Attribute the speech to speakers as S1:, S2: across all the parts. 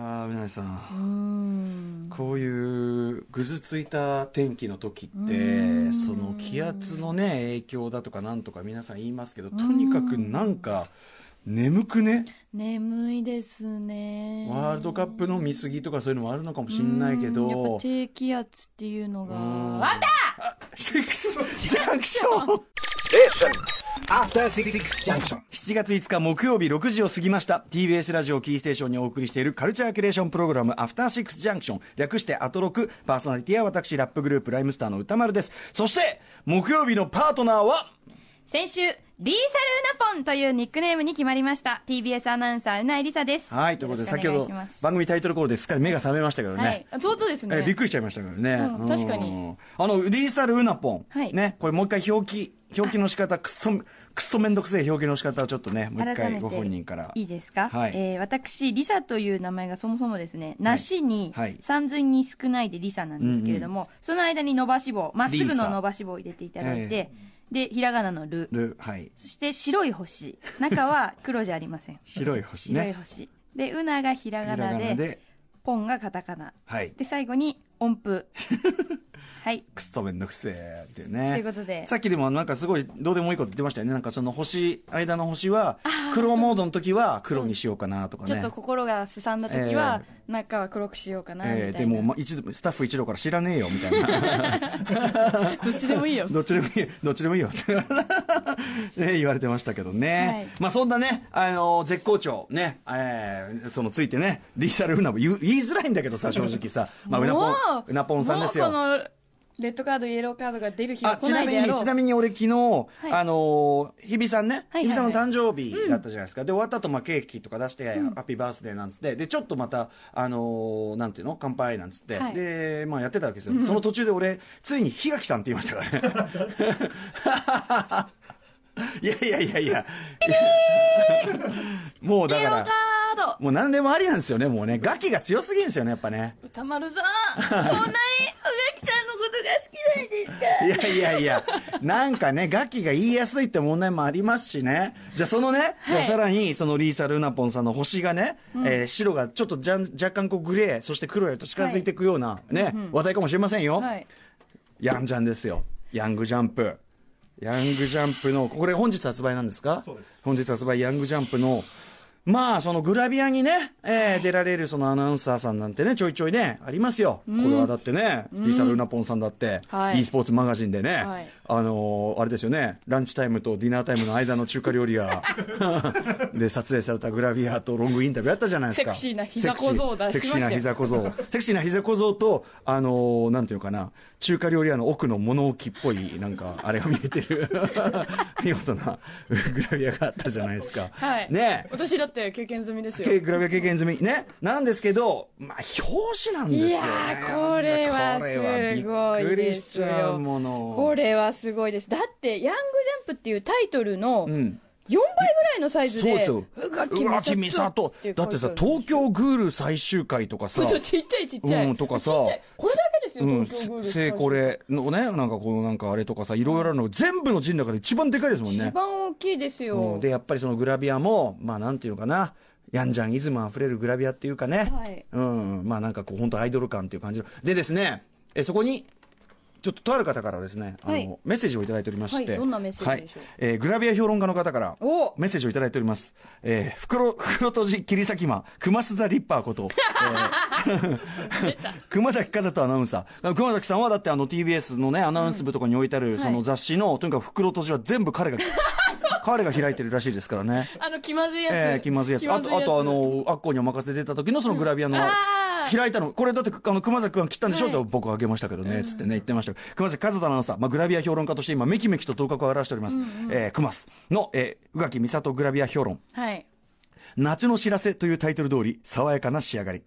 S1: 谷さん
S2: うん
S1: こういうぐずついた天気の時っ
S2: う
S1: て
S2: ん
S1: その気圧のね影響だとかなんとか皆さん言いますけどとにかくなんか眠くね
S2: 眠いですね
S1: ワールドカップの見過ぎとかそういうのもあるのかもしれないけ
S2: うんやっ
S1: ど
S2: ぱ低気圧っていうのが
S1: うん
S2: あんた
S1: シックスジャンクション
S3: After Six Junction.
S1: 7月5日木曜日6時を過ぎました TBS ラジオキーステーションにお送りしているカルチャーキュレーションプログラム「アフターシックスジャンクション」略して「アトロク」パーソナリティは私ラップグループライムスターの歌丸ですそして木曜日のパートナーは
S2: 先週リーサルうなぽんというニックネームに決まりました TBS アナウンサーうなえりさです
S1: はいということで
S2: よろし
S1: 先
S2: くお
S1: ほ
S2: 願い
S1: ど
S2: します
S1: 番組タイトルコールですっかり目が覚めましたけどね、
S2: はいあそうですね
S1: えびっくりしちゃいましたからね、
S2: うん確かに
S1: うんあのリーサルウナポン、
S2: はい
S1: ねこれもう一回表記表記の仕方くっそくっそめんどくせえ表記の仕方をちょっとねもう一
S2: 改め
S1: 回
S2: て
S1: ご本人から
S2: いいですか、
S1: はい
S2: えー私リサという名前がそもそもですね梨に、
S1: はい
S2: 三髄に少ないでリサなんですけれども、その間に伸ばし棒まっすぐの伸ばし棒を入れていただいて、でひらがなの「る」
S1: るはい
S2: そして白い星中は黒じゃありません
S1: 白い星
S2: 白い
S1: ね
S2: 星でうながひらがな
S1: ひ
S2: で
S1: らがなで
S2: ポンがカタカナ
S1: はい
S2: で最後に音 符はい
S1: くっそめんどくせえっていうね
S2: ということで
S1: さっきでもなんかすごいどうでもいいこと言ってましたよねなんかその星間の星は黒モードの時は黒にしようかなとかね
S2: ちょっと心がすさんだ時は、中は黒くしようかなみたいな、
S1: えー、でも、ま、一度スタッフ一同から知らねえよみたいな
S2: どっちでもいい よ
S1: どっちでもいい、どっちでもいいよ って、ね、言われてましたけどね。
S2: は
S1: まあそんなね、あの絶好調ね、えーそのついてね、リーサルウナも言う言いづらいんだけどさ、正直 さ、まあウナポン
S2: も、
S1: ウナポンさんですよ。
S2: もうこのレッドカードイエローカードが出る日
S1: あ
S2: が来
S1: ち
S2: な
S1: ないみ
S2: であ
S1: に、
S2: ろう
S1: ちなみに俺昨日、
S2: い
S1: あのー日比さんね、
S2: はいはいはい
S1: 日比さんの誕生日だったじゃないですか。で、終わった後、まあ、ケーキとか出して、ハッピーバースデーなんつって、で、ちょっとまた、あのーなんていうの乾杯なんつって、
S2: はい
S1: で、まあ、やってたわけですよ。その途中で俺、ついに檜垣さんって言いましたからね。 いやいやいやいや。もうだ
S2: イエ
S1: か
S2: ロー
S1: ら
S2: カ、ード
S1: もう何でもありなんですよね、もうね。ガキが強すぎるんですよね、やっぱね。
S2: 歌丸 さんそんなに宇垣さんのことが好きなんですか
S1: いやいやいや、なんかね、ガキが言いやすいって問題もありますしね。じゃあそのね、じゃあさらに、そのリーサルナポンさんの星がね、えー白がちょっとじゃん若干こうグレー、そして黒へと近づいていくような、ね、話題かもしれませんよ。
S2: はい
S1: ヤンジャンですよ。ヤングジャンプ。ヤングジャンプの、これ本日発売なんですか本日発売、ヤングジャンプの、まあ、そのグラビアにね、えー出られるそのアナウンサーさんなんてね、ちょいちょいね、ありますよ。これはだってね、リサ・ルナポンさんだって、
S2: はい
S1: e スポーツマガジンでね、
S2: はい
S1: あのーあれですよね、ランチタイムとディナータイムの間の中華料理 屋で撮影されたグラビアとロングインタビューあったじゃないですか。
S2: セクシーな膝小僧を出しましたよ
S1: セクシーな膝小僧。セクシーな膝小僧と、あのーなんていうのかな、中華料理屋の奥の物置っぽい、なんか、あれが見えてる、 見事なグラビアがあったじゃないですか。
S2: はい
S1: ね
S2: 私だって経験済みですよ
S1: けグラビア経験済み。ね。なんですけど、まあ、表紙なんですよ、ね。
S2: いやーこれは
S1: これ
S2: すご
S1: びっくり
S2: いで
S1: し
S2: す
S1: ちゃう
S2: よ
S1: もの。
S2: これはすごいですだって「ヤングジャンプ」っていうタイトルの
S1: う
S2: 4倍
S1: ん。
S2: ぐらいのサイズ
S1: そうで
S2: です
S1: よ。
S2: 宇垣美里
S1: 美里
S2: ていう
S1: だってさ
S2: 書、いてある
S1: 東京グール最終回とかさ。
S2: これ ちっちゃいちっちゃい、
S1: うんとかさ
S2: ちっちゃいこれだけですよ、
S1: うん、
S2: 東京グール
S1: 聖これのね、なんかこのなんかあれとかさ、いろいろあるの、全部の陣の中で一番でかいですもん
S2: 一
S1: ね。
S2: 番大きいですよ、
S1: うんで、やっぱりそのグラビアも、まあなんていうのかな、ヤンジャンイズムあふれるグラビアっていうかね、
S2: はい
S1: うん、まあなんかこう、本当アイドル感っていう感じの。でですね、えそこに、ちょっととある方からですね、あの、
S2: はい
S1: メッセージをいただいておりまして、
S2: はいどんなメッセージでしょう
S1: はいえーグラビア評論家の方から、
S2: お
S1: メッセージをいただいております。えー、袋、袋とじ切り裂き魔、熊須ザリッパーこと、熊崎風とアナウンサー。熊崎さんはだってあの TBS のね、アナウンス部とかに置いてあるその雑誌の、とにかく袋とじは全部彼が、彼が開いてるらしいですからね。
S2: あの気まずいやつ、
S1: えー、気まずいやつ。あと、あとあの、アッコにお任せ出た時のそのグラビアの、
S2: あー
S1: 開いたの、これだって、あの、熊崎君が切ったんでしょ、
S2: はい
S1: と僕はあげましたけどね、つってね、言ってましたけど熊崎和人アナウンサー、まあ、グラビア評論家として今、めきめきと頭角を現しております。えー、熊須の、えー、宇垣美里グラビア評論。
S2: はい
S1: 夏の知らせというタイトル通り、爽やかな仕上がり。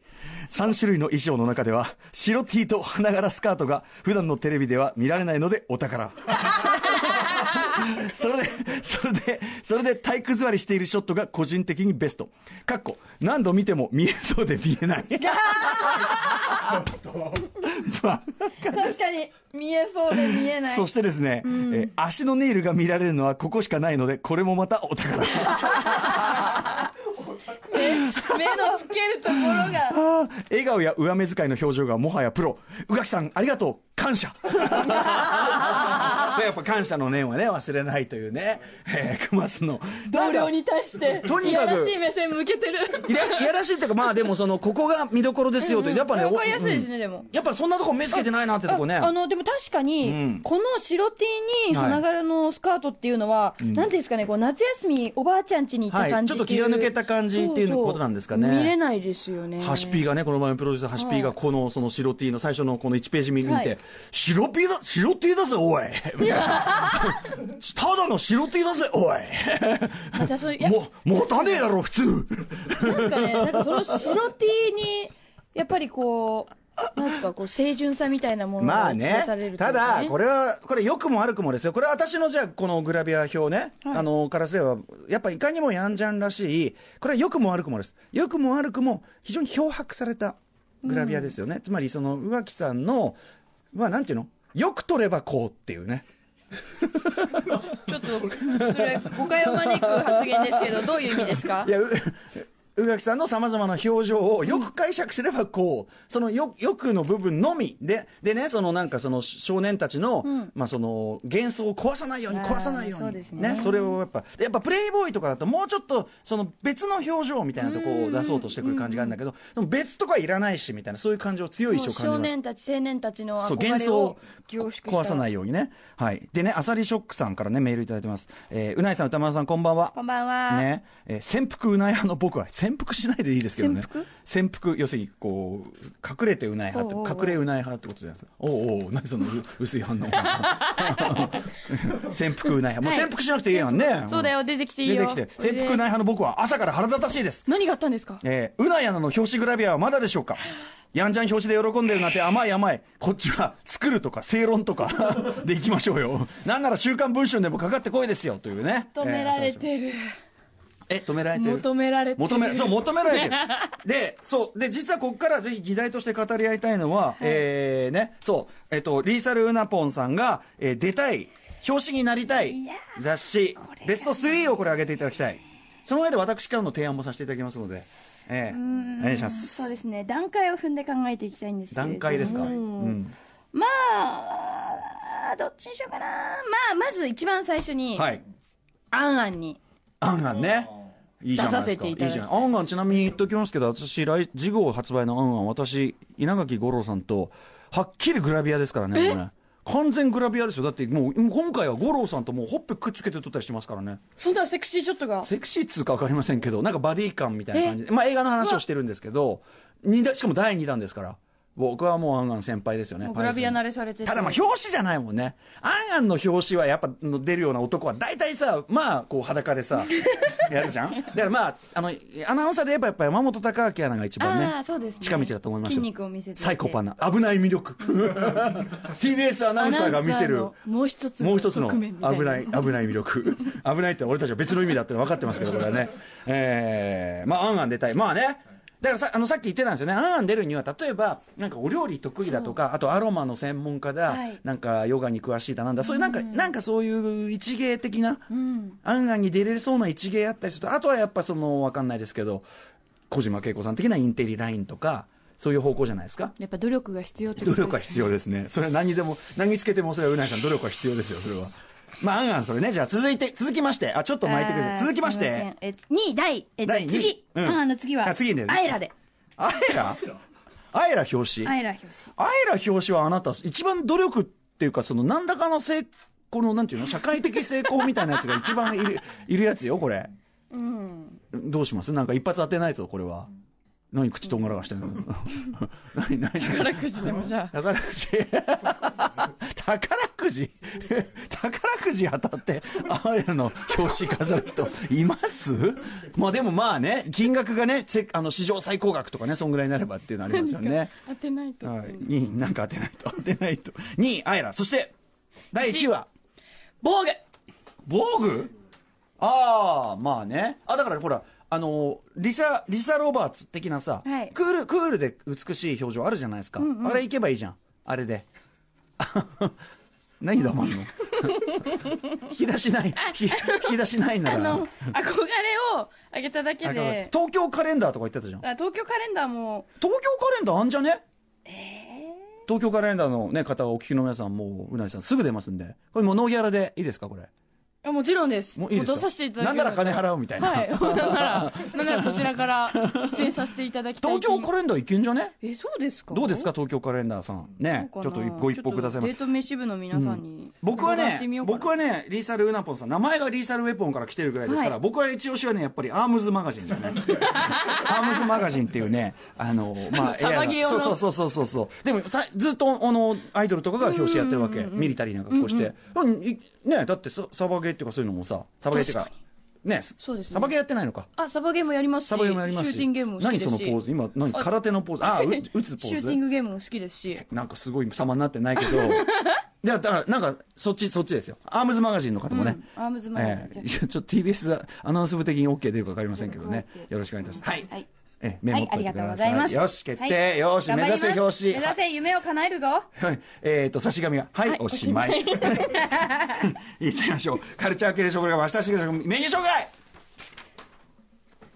S1: 3種類の衣装の中では、白 T と花柄スカートが普段のテレビでは見られないのでお宝。 それで、それで、それで体育座りしているショットが個人的にベスト。かっこ、何度見ても見えそうで見えない。
S2: 確かに見えそうで見えな い
S1: そしてですね、えー足のネイルが見られるのはここしかないので、これもまたお宝。
S2: 目のつけるところが
S1: あん笑顔や上目遣いの表情がもはやプロ宇垣さんありがとう感 謝やっぱ感謝の念はね忘れないというね、えー、熊須の
S4: 同僚に対して
S1: とに
S4: い
S1: か
S4: や
S1: く
S4: らしい目線向けてる
S1: いやいやらしいっていうかまあでもそのここが見どころですよというやっぱね
S4: わかりやすいです
S1: うん
S4: ねでも
S1: やっぱそんなとこ目つけてないなってとこね
S4: ああのでも確かに、
S1: うん
S4: この白 T に花柄のスカートっていうのは、なんていうんですかねこう夏休みおばあちゃん家に行った感じ
S1: はいちょ
S4: っていう、
S1: っと気が抜けた感じっていうことなんですかね
S4: そうそう見れないですよね
S1: ハシピーがね、この番組プロデューサー、ハシピーがこの、その白 T の最初のこの1ページ見て、
S4: はい
S1: 白 T だ、白 T だぜ、 おいみたいな。ただの白 T だぜ、おい
S4: またそういや
S1: も、持たねえだろ、普通
S4: なんかねなんかその白 T にやっぱりこうなんですかこう清純さみたいなもの
S1: ま
S4: が
S1: あ
S4: 映し出される
S1: ね、
S4: とい
S1: た
S4: うか
S1: だ、これは、これ、良くも悪くもですよ、これは私のじゃあ、このグラビア表ね、あのからすれば、やっぱいかにもヤンジャンらしい、これは良くも悪くもです、良くも悪くも、非常に漂白されたグラビアですよね、つまり、その宇垣さんの、まあ、なんていうの、よく取ればこうっていうね。
S4: ちょっとそれ誤解を招く発言ですけどどういう意味ですか
S1: いや、う宇垣さんのさまざまな表情をよく解釈すればこう、そのよ、よくの部分のみ、で、でね、そのなんかその少年たちの、まあその幻想を壊さないように
S4: あー
S1: 壊さないように。
S4: そうですね
S1: それをやっぱ、やっぱプレイボーイとかだともうちょっとその別の表情みたいなとこを出そうとしてくる感じがあるんだけど、でも別とかいらないしみたいな、そういう感情強い意
S4: も
S1: 志
S4: う
S1: を感じ
S4: 少
S1: ます。
S4: 年たち青年たちの
S1: そう
S4: 憧
S1: 幻
S4: れ
S1: 想
S4: を
S1: を
S4: 凝縮した
S1: 壊さないようにね、はい、でね、あさりショックさんからねメールいただいてます、えーうないさん、歌丸さん、こんばんは。
S2: こんばんは
S1: ねえー潜伏うない派の僕は、潜伏しないでいいですけどね、
S4: 潜伏
S1: 潜伏要するにこう隠れてうない派
S4: おう
S1: っ
S4: おうお
S1: て、
S4: う
S1: 隠れうない派ってことじゃないですか、おうおう、何そのう薄い反応、 潜伏うない派、もう潜伏しなくていいやんね、
S2: そうだよ出てきていい
S1: 出
S2: よ
S1: てきて、潜伏うない派の僕は朝から腹立たしいです。
S4: 何があったんですか
S1: えー、うなやなの表紙グラビアはまだでしょうかやんちゃん表紙で喜んでるなんて甘い甘い。こっちは作るとか正論とか でいきましょうよ。なんなら週刊文春でもかかってこいですよというね。
S4: 求められてる、
S1: えー。え、止められてる
S4: 求められてる
S1: 求 め、そう、求められてる。で、そう、で、実はここからぜひ議題として語り合いたいのは、えーね、そう、えっと、リーサル・ウナポンさんが、えー出たい、表紙になりたい雑誌、ベスト3をこれ上げていただきたい。その上で私からの提案もさせていただきますので、ええお願いします。
S2: そうですね段階を踏んで考えていきたいんですけれども
S1: 段階ですか。うん
S2: まあどっちにしようかなまあまず一番最初に、
S1: はい。
S2: あんあんに
S1: アンアンね。いいじゃない
S4: 出
S1: で
S4: させ
S1: すか。
S4: て
S1: いい
S4: いただき
S1: じゃん。アンアンちなみに言っときますけど、私、来、次号発売のアンアン、私、稲垣吾郎さんと、はっきりグラビアですからね、もうね。完全グラビアですよ。だってもう、もう今回は五郎さんともうほっぺくっつけて撮ったりしてますからね。
S4: そんなセクシーショットが
S1: セクシーっつうかわかりませんけど、なんかバディ感みたいな感じで。まあ映画の話をしてるんですけど、二段しかも第2弾ですから。僕はもうアンアン先輩ですよね。
S4: もうグラビア慣れされてて
S1: ただまあ表紙じゃないもんね。アンアンの表紙はやっぱの出るような男は大体さ、まあこう裸で さ、やるじゃん。だからまあ、あの、アナウンサーで言えばやっぱ山本隆明アナが一番ね、
S2: あーそうですね
S1: 近道だと思いますよ。
S2: 筋肉を見せてて
S1: サイコパな、危ない魅 力。TBS アナウンサーが見せる。
S4: アナウンサーのもう一つの
S1: もう一つの
S4: 側
S1: 危
S4: 面みたいな
S1: ない、危ない魅力。 危ないって俺たちは別の意味だってのは分かってますけど、これはね。えー、まあ、あんあん出たい。まあね。だからさ、あの、さっき言ってたんですよね。あんあん出るには、例えば、なんかお料理得意だとか、あとアロマの専門家だ、
S4: はい
S1: なんかヨガに詳しいだなんだ、そういうなんか、なんかそういう一芸的な、あんあんに出れそうな一芸あったりすると、あとはやっぱその、わかんないですけど、小島恵子さん的なインテリラインとか、そういう方向じゃないですか。
S4: やっぱ努力が必要ってこ
S1: 努
S4: とです
S1: 力は必要ですね。 それは何にでも、何につけてもそれはうないさん、努力は必要ですよ、それは。まあ、あんあんそれね。じゃあ、続いて、続きまして。あ、ちょっと巻いてくれ
S2: あ
S1: て。
S2: ー
S1: 続きまし
S2: すいせ
S1: て
S2: ん。え2位第、えっと
S1: 第二位
S2: 次、
S1: うん
S2: あんあんの次は
S1: あ次ね
S2: アイラで
S1: あえらあえら表紙
S2: ア
S1: あえ
S2: イラ表紙
S1: ら表紙はあなた、一番努力っていうか、その、何らかの成この、なんていうの社会的成功みたいなやつが一番い る、いるやつよ、これ。どうしますなんか一発当てないと、これは。何口とんがらがしてんの何、何
S4: 宝くじでもじゃあ
S1: 宝くじ 宝くじ 宝くじ当たって、あれの表紙飾る人いますまあでもまあね、金額がね、せあの史上最高額とかね、そんぐらいになればっていうのありますよね。
S4: 当てないと、
S1: はい。2位、なんか当てないと、当てないと。2位、アイラ。そして、第1位は、
S4: 防具
S1: 防具ああ、まあね。あ、だからほら、あの、リサ、リサ・ロバーツ的なさ、
S2: はい
S1: クール、クールで美しい表情あるじゃないですか。あれいけばいいじゃん。あれで。 何黙んの 引き出しないひ引き出しないな
S4: あ
S1: ら
S4: の、憧れをあげただけ
S1: あ
S4: で、
S1: 東京カレンダーとか言ってたじゃん
S4: あ東京カレンダーも、
S1: 東京カレンダーあんじゃね東京カレンダーの、ね、方をお聞きの皆さん、もううなぎさん、すぐ出ますんで、これ、もうノーギャラでいいですか、これ、
S4: あもちろんです。
S1: もういいです
S4: もう出させていただき
S1: なんなら金
S4: う。
S1: 払うみたいな、
S4: はい。 なんなら、なんならこちらから出演させていただきたい。
S1: 東京カレンダーいけんじゃね、
S2: え、そうですか
S1: どうですか、東京カレンダーさん、ね、ちょっと一個一個くださいま
S2: デート飯部の皆さんに。
S1: 僕は
S2: お話し
S1: ね
S2: してみよう、かな
S1: 僕はね、リーサルウナポンさん、名前がリーサルウェポンから来てるぐらいですから、
S2: はい
S1: 僕は一押しはね、やっぱりアームズマガジンです ね。アームズマガジンっていうね、あの、まあ、
S4: サバゲー
S1: エア
S4: 用
S1: が
S4: の
S1: そうそうそうそうそう。でもさ、ずっと、あの、アイドルとかが表紙やってるわけ。ミリタリーな格好して。うんいね、だってササバゲーっていうかそういうのもさ、サバゲーっていうか、ね、
S4: そうですね
S1: サバゲーやってないのか。
S4: あ、サバゲームやりますし、
S1: サバゲーもやりますし。
S4: シューティングゲームも好き
S1: 何
S4: ですし。
S1: そのポーズ今、何空手のポーズああ、う打つポ
S4: シュ
S1: ー
S4: ー
S1: ズ
S4: ティングゲームも好きですし、
S1: なんかすごい様になってないけ ど、いやだからなんかそっち、そっちですよ、アームズマガジンの方もね、
S2: うんアームズマガジン
S1: ええちょちょっと TBS アナウンス部的に OK 出るか分かりませんけどね、よろしくお願いいたします。はい、
S2: はい。
S1: ええメモ取ってください、
S2: はいありがとうございます
S1: よし、決定、
S2: はい
S1: よし、目指せ表紙、
S2: 目指せ、夢を叶えるぞ。
S1: はいえっ、と、差し紙が、はい、おしまい。 言ってみましょう、カルチャー系でしょ、これが明日してください、メニュー紹介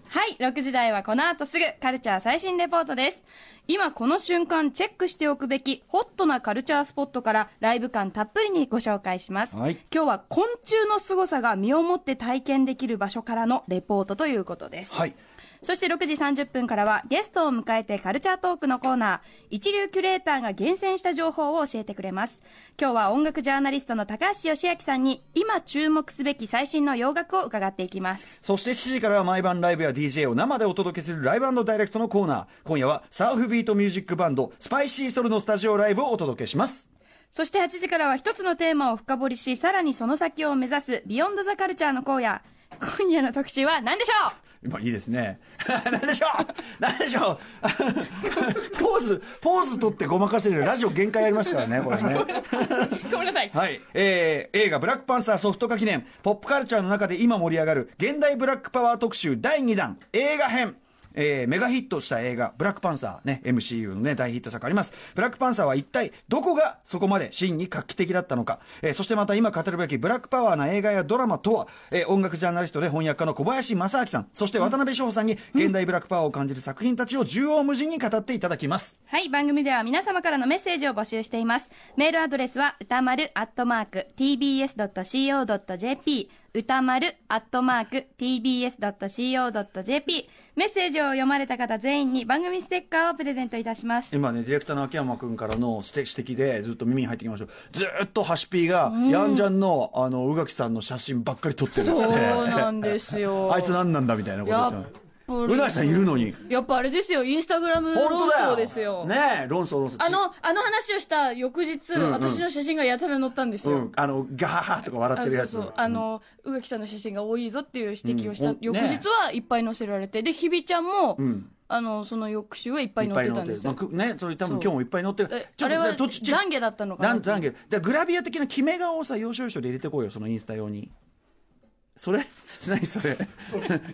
S2: はい、6時台はこの後すぐカルチャー最新レポートです。今この瞬間チェックしておくべきホットなカルチャースポットからライブ感たっぷりにご紹介します。
S1: はい
S2: 今日は昆虫の凄さが身をもって体験できる場所からのレポートということです。
S1: はい
S2: そして6時30分からはゲストを迎えてカルチャートークのコーナー、一流キュレーターが厳選した情報を教えてくれます。今日は音楽ジャーナリストの高橋義明さんに今注目すべき最新の洋楽を伺っていきます。
S1: そして7時からは毎晩ライブや DJ を生でお届けするライブダイレクトのコーナー今夜はサーフビートミュージックバンドスパイシーソルのスタジオライブをお届けします
S2: そして8時からは一つのテーマを深掘りし、さらにその先を目指す、ビヨンドザカルチャーの荒野。今夜の特集は何でしょ
S1: まあいいですね。 なんでしょう なんでしょうポーズ、ポーズ取ってごまかしてるラジオ限界ありますからね、これね。
S4: ごめんなさい。
S1: はい。えー映画ブラックパンサーソフト化記念、ポップカルチャーの中で今盛り上がる現代ブラックパワー特集第2弾、映画編。えーメガヒットした映画、ブラックパンサー、ね、MCU のね、大ヒット作あります。ブラックパンサーは一体どこがそこまで真に画期的だったのか、えーそしてまた今語るべきブラックパワーな映画やドラマとは、えー音楽ジャーナリストで翻訳家の小林正明さん、そして渡辺翔さんに現代ブラックパワーを感じる作品たちを縦横無尽に語っていただきます。
S2: うはい、番組では皆様からのメッセージを募集しています。メールアドレスは、歌丸アットマーク tbs.co.jp、歌丸アットマーク tbs.co.jp、メッセージを読まれた方全員に番組ステッカーをプレゼントいたします。
S1: 今ねディレクターの秋山君からの指摘指摘でずっと耳に入ってきましたずーっとハシピーがヤンジャンのあの宇垣さんの写真ばっかり撮ってるんです
S4: そう
S1: ね
S4: なんですよ。
S1: あいつ何なんだみたいなこ
S4: や
S1: と言っ
S4: っぱ
S1: て
S4: り
S1: うなぎさんいるのに
S4: やっぱあれですよ、インスタグラム
S1: 本当
S4: 論
S1: だよ
S4: 争ですよ。
S1: ねえ論争論争
S4: あの、あの話をした翌日、私の写真がやたら載ったんです
S1: う
S4: よ。
S1: んあのガハハとか笑って
S4: あ
S1: る
S4: そう
S1: やつ
S4: そうあの宇垣さんの写真が多いぞっていう指摘をした、
S1: うん
S4: 翌
S1: ね
S4: 日はいっぱい載せられてで日比ちゃんも、
S1: ん
S4: あのその翌週はいっぱ
S1: い
S4: い
S1: っ
S4: 載
S1: ぱ
S4: っ
S1: い乗っ
S4: てたん
S1: て
S4: で
S1: る、
S4: す
S1: まあ、く
S4: よ、
S1: ねそれ多分
S4: そう
S1: 今日もいっぱい乗ってる
S4: え
S1: ちょっと
S4: あれは
S1: どっちち
S4: 懺悔だったのかな
S1: なん懺悔だからグラビア的な決め顔をさ要所要所で入れてこうよそのインスタ用にそれ 何それ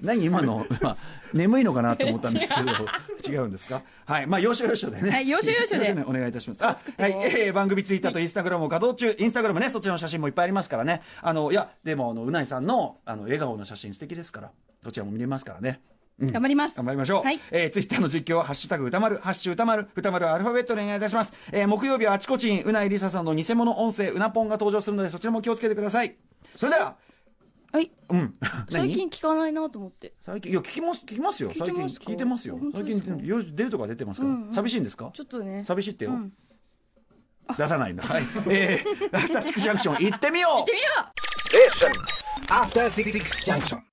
S1: 何今の、 まあ、眠いのかなと思ったんです けど違うんですかはいまあ要所 要所でね
S2: はい要所要所で
S1: お願いいたしますあはい、えー番組ツイッターとインスタグラムを稼働中、インスタグラムねそちらの写真もいっぱいありますからねあのいやでもあのうないさんのあの笑顔の写真素敵ですからどちらも見れますからね
S2: 頑張ります。
S1: 頑張りましょう。
S2: はい
S1: えーツイッターの実況は、ハッシュタグ歌丸、ハッシュ歌丸、歌丸はアルファベットでお願いいたします。えー木曜日はあちこちに、うないりささんの偽物音声、うなぽんが登場するので、そちらも気をつけてください。それでは、
S4: はい
S1: うん。
S4: 最
S1: 何
S4: 近聞かないなと思って
S1: 最近、いや、聞きます、聞きますよ。
S4: 聞いて
S1: 最近
S4: ますか
S1: 聞いてますよ。
S4: 本当
S1: 最
S4: ですか
S1: 近、よ出るとか出てますから。寂しいんですか
S4: ちょっとね
S1: 寂しいってよ。
S4: うん
S1: 出さないんだ。はい。 えー、アフターシックスジャンクション、行ってみよう
S3: Station. After Six Junction.